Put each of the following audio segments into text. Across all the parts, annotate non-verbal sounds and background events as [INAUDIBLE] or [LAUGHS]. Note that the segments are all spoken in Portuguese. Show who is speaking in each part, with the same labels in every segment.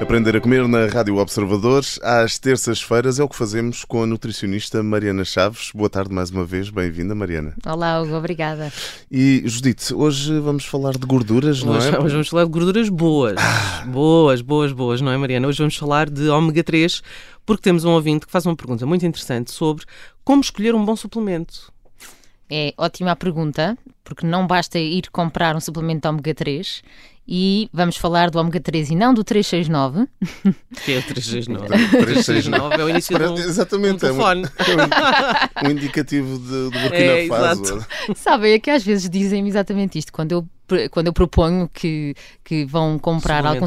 Speaker 1: Aprender a comer na Rádio Observadores às terças-feiras é o que fazemos com a nutricionista Mariana Chaves. Boa tarde mais uma vez, bem-vinda Mariana.
Speaker 2: Olá, Hugo, obrigada.
Speaker 1: E Judite, hoje vamos falar de gorduras, não
Speaker 3: [LAUGHS] Hoje,
Speaker 1: é? Ah.
Speaker 3: hoje vamos falar de gorduras boas. Boas, boas, boas, não é, Mariana? Hoje vamos falar de ômega 3, porque temos um ouvinte que faz uma pergunta muito interessante sobre como escolher um bom suplemento.
Speaker 2: É ótima a pergunta, porque não basta ir comprar um suplemento de ômega 3 e vamos falar do ômega 3 e não do 369.
Speaker 3: Que é
Speaker 1: [LAUGHS]
Speaker 3: o 369.
Speaker 1: 369.
Speaker 3: 369 é o início de um,
Speaker 1: [LAUGHS]
Speaker 3: um
Speaker 1: Exatamente, é um, [LAUGHS]
Speaker 3: telefone.
Speaker 1: um indicativo de, do Burkina
Speaker 3: É,
Speaker 1: Faso.
Speaker 3: exato.
Speaker 2: [LAUGHS] Sabem, é que às vezes dizem-me exatamente isto. Quando eu, pre- quando eu proponho que, que vão comprar algum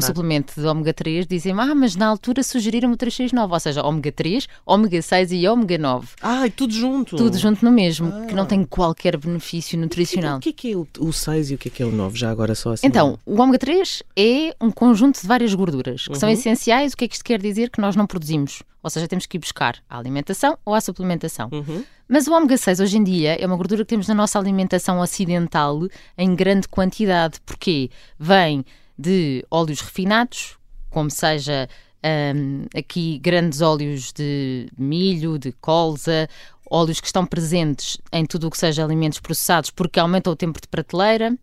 Speaker 2: suplemento
Speaker 3: Suplementar.
Speaker 2: de ômega 3, dizem-me, ah, mas na altura sugeriram o 369, ou seja, ômega 3, ômega 6 e ômega 9.
Speaker 3: Ai, tudo junto.
Speaker 2: Tudo junto no mesmo, que não tem qualquer benefício nutricional.
Speaker 3: O Hum. Ah. que é que é o- o 6 e o que é que é o 9? Já agora só assim.
Speaker 2: Então, o ômega 3 é um conjunto de várias gorduras que são
Speaker 3: Uhum.
Speaker 2: essenciais. O que é que isto quer dizer? Que nós não produzimos. Ou seja, temos que ir buscar à alimentação ou à suplementação.
Speaker 3: Uhum.
Speaker 2: Mas o ômega 6 hoje em dia é uma gordura que temos na nossa alimentação ocidental em grande quantidade, porque vem de óleos refinados, como seja hum, aqui grandes óleos de milho, de colza, óleos que estão presentes em tudo o que seja alimentos processados, porque aumentam o tempo de prateleira.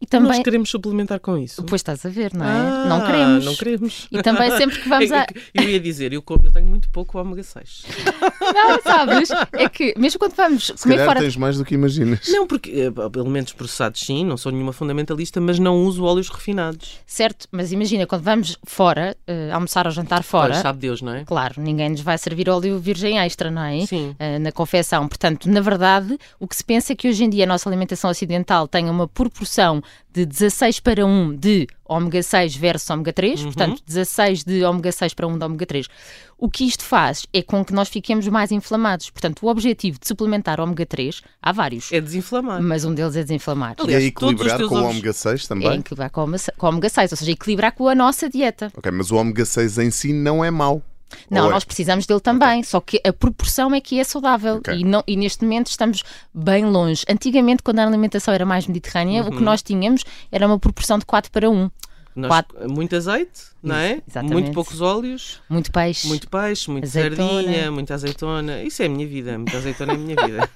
Speaker 2: E também
Speaker 3: Nós queremos suplementar com isso.
Speaker 2: Pois estás a ver, não é?
Speaker 3: Ah,
Speaker 2: não queremos.
Speaker 3: Não queremos. É
Speaker 2: E
Speaker 3: [LAUGHS]
Speaker 2: também sempre que vamos a.
Speaker 3: Eu ia dizer, eu, como- eu tenho muito pouco ômega 6.
Speaker 2: [LAUGHS] Não, sabes? É que mesmo quando vamos
Speaker 1: Se
Speaker 2: comer
Speaker 1: calhar
Speaker 2: fora.
Speaker 1: tens mais do que imaginas.
Speaker 3: Não, porque eh, elementos processados sim, não sou nenhuma fundamentalista, mas não uso óleos refinados.
Speaker 2: Certo, mas imagina, quando vamos fora, eh, almoçar ou jantar
Speaker 3: Ora,
Speaker 2: fora,
Speaker 3: sabe Deus, não é?
Speaker 2: claro, ninguém nos vai servir óleo virgem extra, não é?
Speaker 3: Sim.
Speaker 2: eh, na confecção. Portanto, na verdade, o que se pensa é que hoje em dia a nossa alimentação ocidental tem uma proporção de 16 para 1 de ômega 6 versus ômega
Speaker 3: Uhum.
Speaker 2: 3, portanto, 16 de ômega 6 para 1 de ômega 3. O que isto faz é com que nós fiquemos mais inflamados. Portanto, o objetivo de suplementar ômega 3, há vários,
Speaker 3: É desinflamar.
Speaker 2: mas um deles é desinflamar.
Speaker 1: E é
Speaker 3: Aliás, todos os
Speaker 1: equilibrar
Speaker 3: teus
Speaker 1: com o
Speaker 3: ovos-
Speaker 1: ômega 6
Speaker 2: É
Speaker 1: também?
Speaker 2: equilibrar com a ômega- com a ômega 6, ou seja, equilibrar com a nossa dieta.
Speaker 1: Ok, mas o ômega 6 em si não é mau.
Speaker 2: Não,
Speaker 1: Ou é?
Speaker 2: nós precisamos dele também, só que a proporção é que é saudável
Speaker 1: Ok.
Speaker 2: e, não- e neste momento estamos bem longe. Antigamente, quando a alimentação era mais mediterrânea,
Speaker 1: Uhum.
Speaker 2: o que nós tínhamos era uma proporção de 4 para 1.
Speaker 3: Nós- eh,
Speaker 2: Quatro.
Speaker 3: Muito azeite, não é?
Speaker 2: exatamente.
Speaker 3: Muito poucos óleos,
Speaker 2: Muito peixe.
Speaker 3: muito peixe, muito
Speaker 2: Azeitona.
Speaker 3: sardinha, muita azeitona. Isso é a minha vida, muita azeitona é a minha
Speaker 2: [LAUGHS]
Speaker 3: vida.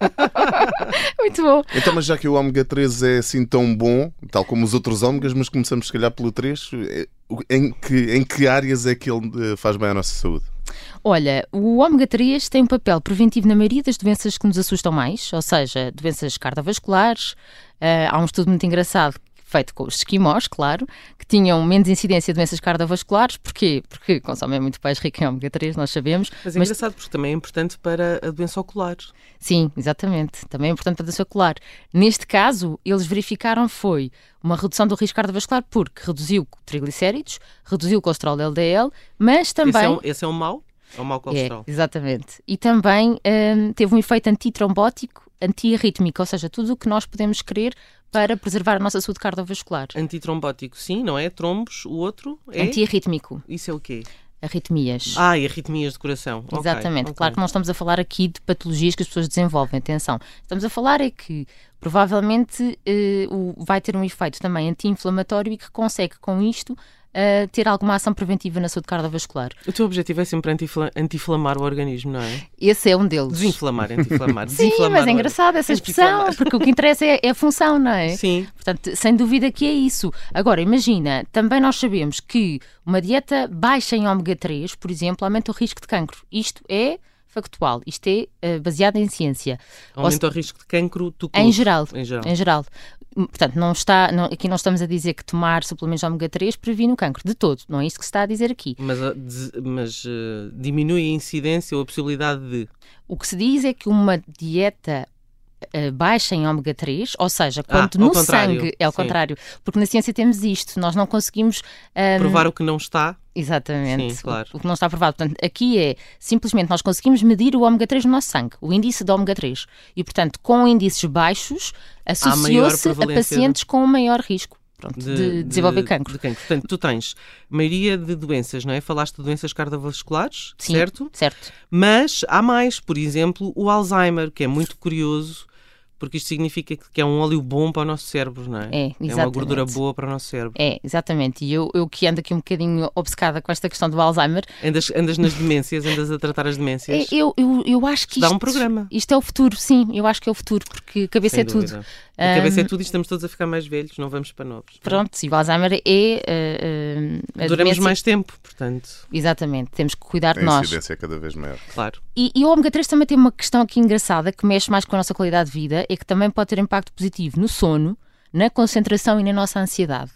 Speaker 2: Muito bom.
Speaker 1: Então, mas já que o ômega 3 é assim tão bom, tal como os outros ômegas, mas começamos se calhar pelo 3, eh, o- em que, em que áreas é que ele eh, faz bem à nossa saúde?
Speaker 2: Olha, o ômega 3 tem um papel preventivo na maioria das doenças que nos assustam mais, ou seja, doenças cardiovasculares. Ah, há um estudo muito engraçado feito com os esquimós, claro, que tinham menos incidência de doenças cardiovasculares. Porquê? Porque consomem muito peixe rico em ômega 3, nós sabemos.
Speaker 3: Mas é
Speaker 2: Mas-
Speaker 3: engraçado porque também é importante para a doença ocular.
Speaker 2: Sim, exatamente. Também é importante para a doença ocular. Neste caso, eles verificaram foi uma redução do risco cardiovascular porque reduziu triglicéridos, reduziu o colesterol LDL, mas também...
Speaker 3: Esse é um, esse é um mau? É um mau colesterol.
Speaker 2: É, exatamente. E também hum, teve um efeito antitrombótico, antiarrítmico, ou seja, tudo o que nós podemos querer para preservar a nossa saúde cardiovascular.
Speaker 3: Antitrombótico, sim, não é? Trombos, o outro é?
Speaker 2: Antiarrítmico,
Speaker 3: Isso é o quê?
Speaker 2: arritmias.
Speaker 3: Ah, e arritmias de coração. Ok,
Speaker 2: Exatamente.
Speaker 3: ok.
Speaker 2: Claro que não estamos a falar aqui de patologias que as pessoas desenvolvem, atenção. Estamos a falar é que provavelmente eh, o- vai ter um efeito também anti-inflamatório e que consegue com isto eh, ter alguma ação preventiva na saúde cardiovascular.
Speaker 3: O teu objetivo é sempre antifla- anti-inflamar o organismo, não é?
Speaker 2: Esse é um deles. [LAUGHS]
Speaker 3: Desinflamar, anti-inflamar.
Speaker 2: Sim, mas é engraçado essa expressão, porque o que interessa é, é a função, não é?
Speaker 3: Sim,
Speaker 2: Portanto, sem dúvida que é isso. Agora, imagina, também nós sabemos que uma dieta baixa em ômega 3, por exemplo, aumenta o risco de cancro. Isto é factual, isto é eh, baseado em ciência. Ou se- É
Speaker 3: aumenta o risco de cancro do corpo.
Speaker 2: Em geral.
Speaker 3: Em geral.
Speaker 2: Em geral. Portanto, não está, não- aqui não estamos a dizer que tomar suplementos de ômega 3 previne o cancro, de todo, não é isso que se está a dizer aqui.
Speaker 3: Mas, ah, des- mas, ah, diminui a incidência ou a possibilidade de
Speaker 2: O que se diz é que uma dieta eh, baixa em ômega 3, ou seja,
Speaker 3: Ah,
Speaker 2: quando
Speaker 3: ao
Speaker 2: no
Speaker 3: contrário,
Speaker 2: sangue é ao
Speaker 3: sim.
Speaker 2: contrário, porque na ciência temos isto, nós não conseguimos ah,
Speaker 3: provar o que não está.
Speaker 2: Exatamente.
Speaker 3: Sim, claro.
Speaker 2: o, o que não está provado. Portanto, aqui é simplesmente nós conseguimos medir o ômega 3 no nosso sangue, o índice de ômega 3. E, portanto, com índices baixos, associou-se a
Speaker 3: prevalência
Speaker 2: pacientes com maior risco pronto,
Speaker 3: De,
Speaker 2: de, desenvolver cancro.
Speaker 3: de Portanto, tu tens maioria de doenças, não é? Falaste de doenças cardiovasculares,
Speaker 2: Sim,
Speaker 3: certo?
Speaker 2: Certo.
Speaker 3: Mas há mais, por exemplo, o Alzheimer, que é muito curioso, porque isto significa que é um óleo bom para o nosso cérebro, não é?
Speaker 2: É,
Speaker 3: É uma
Speaker 2: exatamente.
Speaker 3: gordura boa para o nosso cérebro.
Speaker 2: É, exatamente. E eu, eu que ando aqui um bocadinho obcecada com esta questão do Alzheimer, é,
Speaker 3: Andas,
Speaker 2: [LAUGHS]
Speaker 3: andas nas demências, andas a tratar as demências.
Speaker 2: eu, eu, eu acho que
Speaker 3: Dá um
Speaker 2: isto-
Speaker 3: programa.
Speaker 2: Isto é o futuro, sim, eu acho que é o futuro, porque cabeça
Speaker 3: sem
Speaker 2: é tudo.
Speaker 3: dúvida. A cabeça é tudo e estamos todos a ficar mais velhos, não vamos para novos.
Speaker 2: Pronto, e o Alzheimer é. eh, eh, a
Speaker 3: Duramos
Speaker 2: demência-
Speaker 3: mais tempo, portanto,
Speaker 2: Exatamente, temos que cuidar de
Speaker 1: A
Speaker 2: nós.
Speaker 1: incidência é cada vez maior.
Speaker 3: claro.
Speaker 2: E, e o ômega 3 também tem uma questão aqui engraçada que mexe mais com a nossa qualidade de vida é que também pode ter impacto positivo no sono, na concentração e na nossa ansiedade.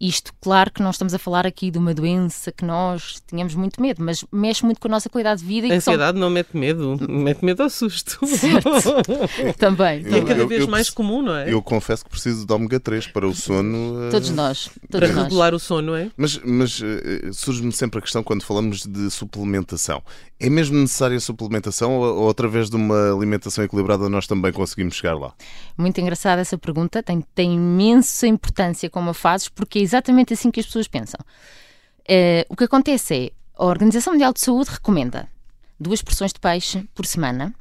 Speaker 2: Isto, claro que não estamos a falar aqui de uma doença que nós tínhamos muito medo, mas mexe muito com a nossa qualidade de vida e
Speaker 3: A
Speaker 2: que [LAUGHS] são-
Speaker 3: ansiedade não mete medo, mete medo ao susto.
Speaker 2: também.
Speaker 3: [LAUGHS] é
Speaker 2: também.
Speaker 3: cada
Speaker 1: eu-
Speaker 3: vez
Speaker 1: eu
Speaker 3: mais
Speaker 1: perce-
Speaker 3: comum, não é?
Speaker 1: Eu confesso que preciso de ômega 3 para o sono. eh,
Speaker 2: Todos nós.
Speaker 3: Para
Speaker 2: Todos nós.
Speaker 3: regular o sono, é?
Speaker 1: Mas, mas, eh, surge-me sempre a questão quando falamos de suplementação. É mesmo necessária a suplementação ou, ou através de uma alimentação equilibrada nós também conseguimos chegar lá?
Speaker 2: Muito engraçada essa pergunta, tem, tem imensa importância como a fazes, porque é exatamente assim que as pessoas pensam. Eh, o que acontece é, a Organização Mundial de Saúde recomenda duas porções de peixe por semana,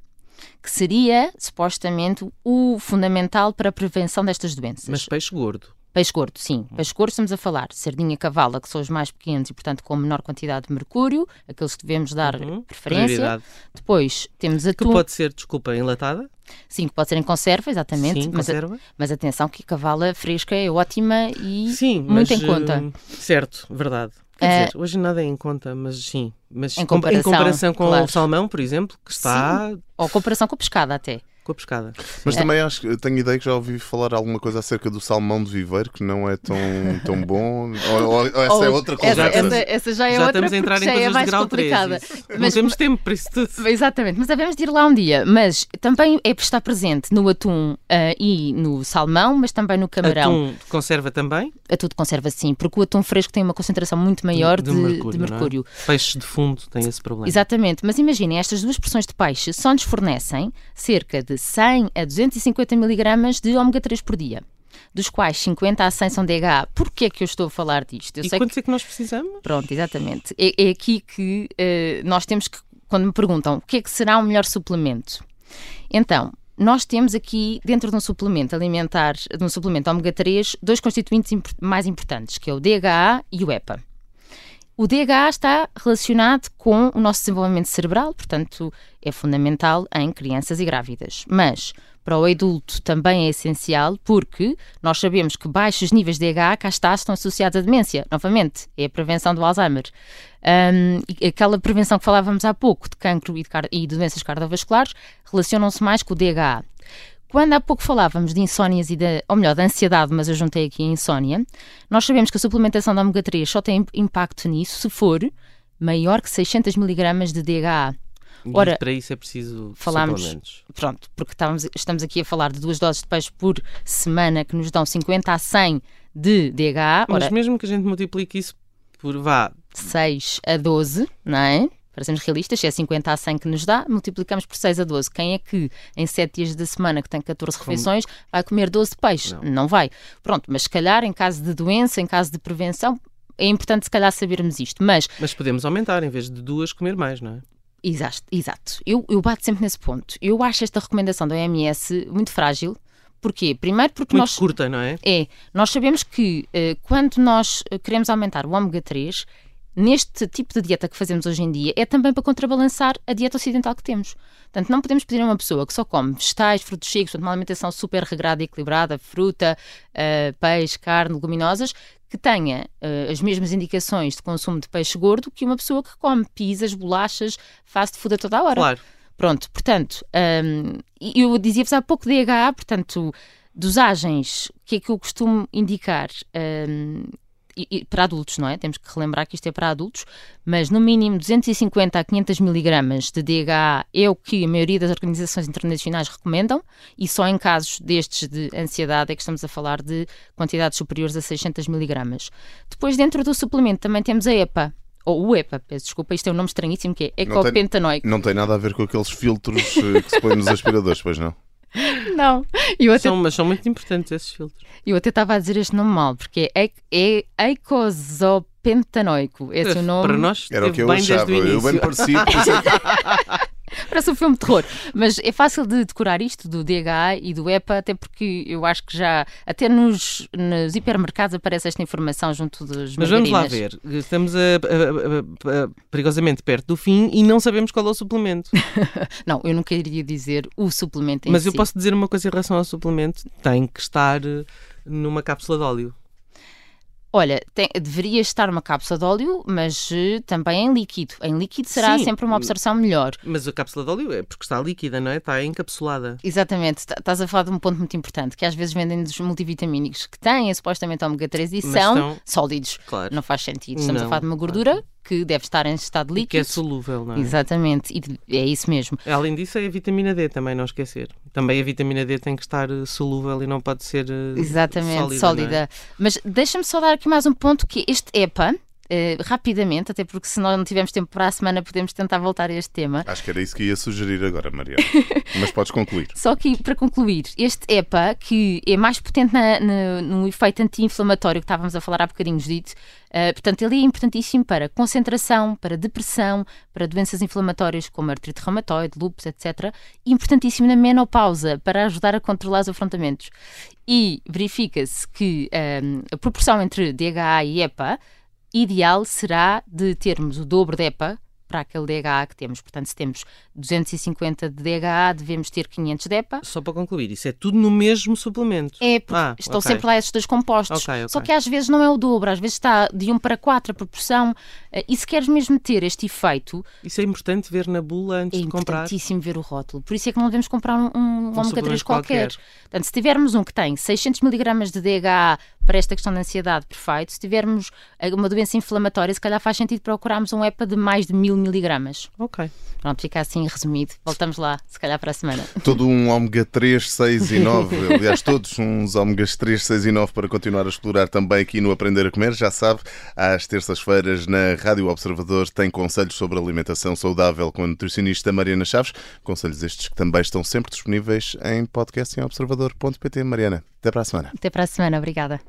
Speaker 2: que seria, supostamente, o fundamental para a prevenção destas doenças.
Speaker 3: Mas Hum. peixe gordo.
Speaker 2: Peixe gordo, sim. Peixe gordo estamos a falar. Sardinha cavala, que são os mais pequenos e, portanto, com menor quantidade de mercúrio, aqueles que devemos dar
Speaker 3: Uhum,
Speaker 2: preferência.
Speaker 3: Prioridade.
Speaker 2: Depois temos
Speaker 3: Que
Speaker 2: atum,
Speaker 3: pode ser, desculpa, enlatada.
Speaker 2: sim, que pode ser em conserva, exatamente.
Speaker 3: Sim,
Speaker 2: mas a-
Speaker 3: conserva.
Speaker 2: mas atenção que a cavala fresca é ótima e
Speaker 3: Sim,
Speaker 2: muito
Speaker 3: mas,
Speaker 2: em conta.
Speaker 3: hum, Certo, verdade. Quer
Speaker 2: Eh,
Speaker 3: dizer, hoje nada é em conta, mas sim. Mas
Speaker 2: Em
Speaker 3: com-
Speaker 2: comparação,
Speaker 3: comparação com
Speaker 2: claro.
Speaker 3: o salmão, por exemplo, que está
Speaker 2: Ou comparação com a pescada até.
Speaker 3: com a pescada.
Speaker 1: Mas
Speaker 2: É.
Speaker 1: também acho que tenho ideia que já ouvi falar alguma coisa acerca do salmão de viveiro que não é
Speaker 2: [LAUGHS]
Speaker 1: tão, tão bom. Ou, ou- ou essa é
Speaker 2: Ou-
Speaker 1: outra
Speaker 2: essa,
Speaker 1: conversa.
Speaker 2: essa- essa já é
Speaker 3: já
Speaker 2: outra
Speaker 3: estamos a entrar
Speaker 2: porque
Speaker 3: em
Speaker 2: já
Speaker 3: coisas
Speaker 2: é mais
Speaker 3: de grau
Speaker 2: complicada.
Speaker 3: 3.
Speaker 2: [LAUGHS]
Speaker 3: Não
Speaker 2: Mas-
Speaker 3: temos tempo para isso tudo.
Speaker 2: Exatamente, mas devemos de ir lá um dia. Mas também é estar presente no atum ah, e no salmão, mas também no camarão.
Speaker 3: Atum conserva também.
Speaker 2: Atum, de conserva sim, porque o atum fresco tem uma concentração muito maior de,
Speaker 3: de mercúrio,
Speaker 2: de
Speaker 3: não é?
Speaker 2: mercúrio.
Speaker 3: Peixes de fundo têm esse problema.
Speaker 2: Exatamente, mas imaginem, estas duas porções de peixe só nos fornecem cerca de 100 a 250 miligramas de ômega 3 por dia, dos quais 50 a 100 são DHA. Porquê é que eu estou a falar disto? Eu
Speaker 3: E
Speaker 2: sei
Speaker 3: quantos é que nós precisamos?
Speaker 2: que... Pronto, exatamente. É, é aqui que eh, nós temos que, quando me perguntam o que é que será o melhor suplemento, então... Nós temos aqui, dentro de um suplemento alimentar, de um suplemento ômega 3, dois constituintes impor- mais importantes, que é o DHA e o EPA. O DHA está relacionado com o nosso desenvolvimento cerebral, portanto, é fundamental em crianças e grávidas. Mas para o adulto também é essencial porque nós sabemos que baixos níveis de DHA cá está estão associados à demência. Novamente, é a prevenção do Alzheimer. Hum, e aquela prevenção que falávamos há pouco de cancro e de, car- e de doenças cardiovasculares relacionam-se mais com o DHA. Quando há pouco falávamos de insónias e da, ou melhor, da ansiedade, mas eu juntei aqui a insónia, nós sabemos que a suplementação de ômega 3 só tem impacto nisso se for maior que 600 miligramas de DHA. Ora,
Speaker 3: e para isso é preciso
Speaker 2: falámos-
Speaker 3: suplementos.
Speaker 2: Pronto, porque estamos, estamos aqui a falar de duas doses de peixe por semana que nos dão 50 a 100 de DHA, ora
Speaker 3: Mas mesmo que a gente multiplique isso por, vá,
Speaker 2: 6 a 12, não é? Para sermos realistas, se é 50 a 100 que nos dá, multiplicamos por 6 a 12. Quem é que em 7 dias da semana que tem 14 refeições vai comer 12 peixes?
Speaker 3: Não.
Speaker 2: Não. vai. Pronto, mas se calhar em caso de doença, em caso de prevenção, é importante se calhar sabermos isto. Mas
Speaker 3: mas podemos aumentar, em vez de duas, comer mais, não é?
Speaker 2: Exato, exato. Eu, eu bato sempre nesse ponto. Eu acho esta recomendação da OMS muito frágil. Porquê? Primeiro porque
Speaker 3: Muito
Speaker 2: nós.
Speaker 3: curta, não é?
Speaker 2: É, nós sabemos que eh, quando nós eh, queremos aumentar o ômega 3, neste tipo de dieta que fazemos hoje em dia, é também para contrabalançar a dieta ocidental que temos. Portanto, não podemos pedir a uma pessoa que só come vegetais, frutos secos, portanto, uma alimentação super regrada e equilibrada, fruta, eh, peixe, carne, leguminosas, que tenha eh, as mesmas indicações de consumo de peixe gordo que uma pessoa que come pizzas, bolachas, fast food a toda a hora.
Speaker 3: Claro.
Speaker 2: Pronto, portanto, hum, e eu dizia-vos há pouco DHA, portanto, dosagens, o que é que eu costumo indicar? Hum, e- e para adultos, não é? Temos que relembrar que isto é para adultos, mas no mínimo 250 a 500 miligramas de DHA é o que a maioria das organizações internacionais recomendam e só em casos destes de ansiedade é que estamos a falar de quantidades superiores a 600 miligramas. Depois, dentro do suplemento, também temos a EPA, ou o EPA, peço desculpa, isto é um nome estranhíssimo que é
Speaker 1: Não tem-
Speaker 2: ecopentanoico.
Speaker 1: Não tem nada a ver com aqueles filtros eh, que se põem nos aspiradores, pois não?
Speaker 2: Não, eu até
Speaker 3: São, mas são muito importantes esses filtros.
Speaker 2: eu até estava a dizer este nome mal, porque é, é eicosopentanoico. Esse é o nome.
Speaker 3: Para nós,
Speaker 1: Era o
Speaker 3: esteve
Speaker 1: que eu
Speaker 3: bem
Speaker 1: achava.
Speaker 3: desde o
Speaker 1: Eu
Speaker 2: [LAUGHS]
Speaker 3: início.
Speaker 1: bem parecido.
Speaker 2: Parece um filme de terror. Mas é fácil de decorar isto do DHA e do EPA, até porque eu acho que já, até nos, nos hipermercados aparece esta informação junto dos
Speaker 3: Mas vamos lá ver. Estamos a- a- a- a- perigosamente perto do fim e não sabemos qual é o suplemento.
Speaker 2: Não, eu não queria dizer o suplemento em
Speaker 3: Mas
Speaker 2: si.
Speaker 3: eu posso dizer uma coisa em relação ao suplemento: tem que estar eh, numa cápsula de óleo.
Speaker 2: Olha, tem- deveria estar uma cápsula de óleo, mas eh, também em líquido. Em líquido será
Speaker 3: Sim.
Speaker 2: sempre uma absorção melhor.
Speaker 3: Mas a cápsula de óleo é porque está líquida, não é? Está encapsulada.
Speaker 2: Exatamente, tá- estás a falar de um ponto muito importante, que às vezes vendem dos multivitamínicos que têm supostamente ômega 3 e
Speaker 3: Mas
Speaker 2: são
Speaker 3: estão-
Speaker 2: sólidos.
Speaker 3: Claro.
Speaker 2: Não faz sentido. Estamos a
Speaker 3: Não,
Speaker 2: falar de uma gordura que deve estar em estado
Speaker 3: E que é
Speaker 2: líquido.
Speaker 3: solúvel, não é?
Speaker 2: Exatamente, e de- é isso mesmo.
Speaker 3: Além disso, é a vitamina D também, não esquecer. Também a vitamina D tem que estar eh, solúvel e não pode ser eh,
Speaker 2: Exatamente, sólida.
Speaker 3: não é?
Speaker 2: Mas deixa-me só dar aqui mais um ponto que este EPA, eh, rapidamente, até porque se nós não tivermos tempo para a semana, podemos tentar voltar a este tema.
Speaker 1: Acho que era isso que ia sugerir agora, Mariana. Mas podes concluir.
Speaker 2: Só que, para concluir, este EPA, que é mais potente na- na- no efeito anti-inflamatório que estávamos a falar há bocadinhos dito, eh, portanto, ele é importantíssimo para concentração, para depressão, para doenças inflamatórias como artrite reumatoide, lúpus, etc. E Importantíssimo na menopausa, para ajudar a controlar os afrontamentos. E verifica-se que eh, a proporção entre DHA e EPA ideal será de termos o dobro de EPA para aquele DHA que temos. Portanto, se temos 250 de DHA, devemos ter 500 de EPA.
Speaker 3: Só para concluir, isso é tudo no mesmo suplemento.
Speaker 2: É, porque
Speaker 3: Ah,
Speaker 2: estão
Speaker 3: ok.
Speaker 2: sempre lá esses dois compostos.
Speaker 3: Ok, ok.
Speaker 2: Só que às vezes não é o dobro, às vezes está de 1 para 4 a proporção. Eh, E se queres mesmo ter este efeito,
Speaker 3: Isso é importante ver na bula antes
Speaker 2: é
Speaker 3: de comprar.
Speaker 2: importantíssimo ver o rótulo. Por isso é que não devemos comprar um, um ômega 3
Speaker 3: suplemento
Speaker 2: qualquer.
Speaker 3: qualquer.
Speaker 2: Portanto, se tivermos um que tem 600 miligramas de DHA para esta questão da ansiedade, perfeito. Se tivermos eh, uma doença inflamatória, se calhar faz sentido procurarmos um EPA de mais de 1000 miligramas.
Speaker 3: Ok.
Speaker 2: Pronto, fica assim resumido. Voltamos lá, se calhar para a semana.
Speaker 1: Todo um ômega 3, 6 e 9. Aliás, todos uns ômegas 3, 6 e 9 para continuar a explorar também aqui no Aprender a Comer. Já sabe, às terças-feiras na Rádio Observador tem conselhos sobre alimentação saudável com a nutricionista Mariana Chaves. Conselhos estes que também estão sempre disponíveis em podcast em observador.pt. Mariana, até para a semana.
Speaker 2: Até para a semana, obrigada.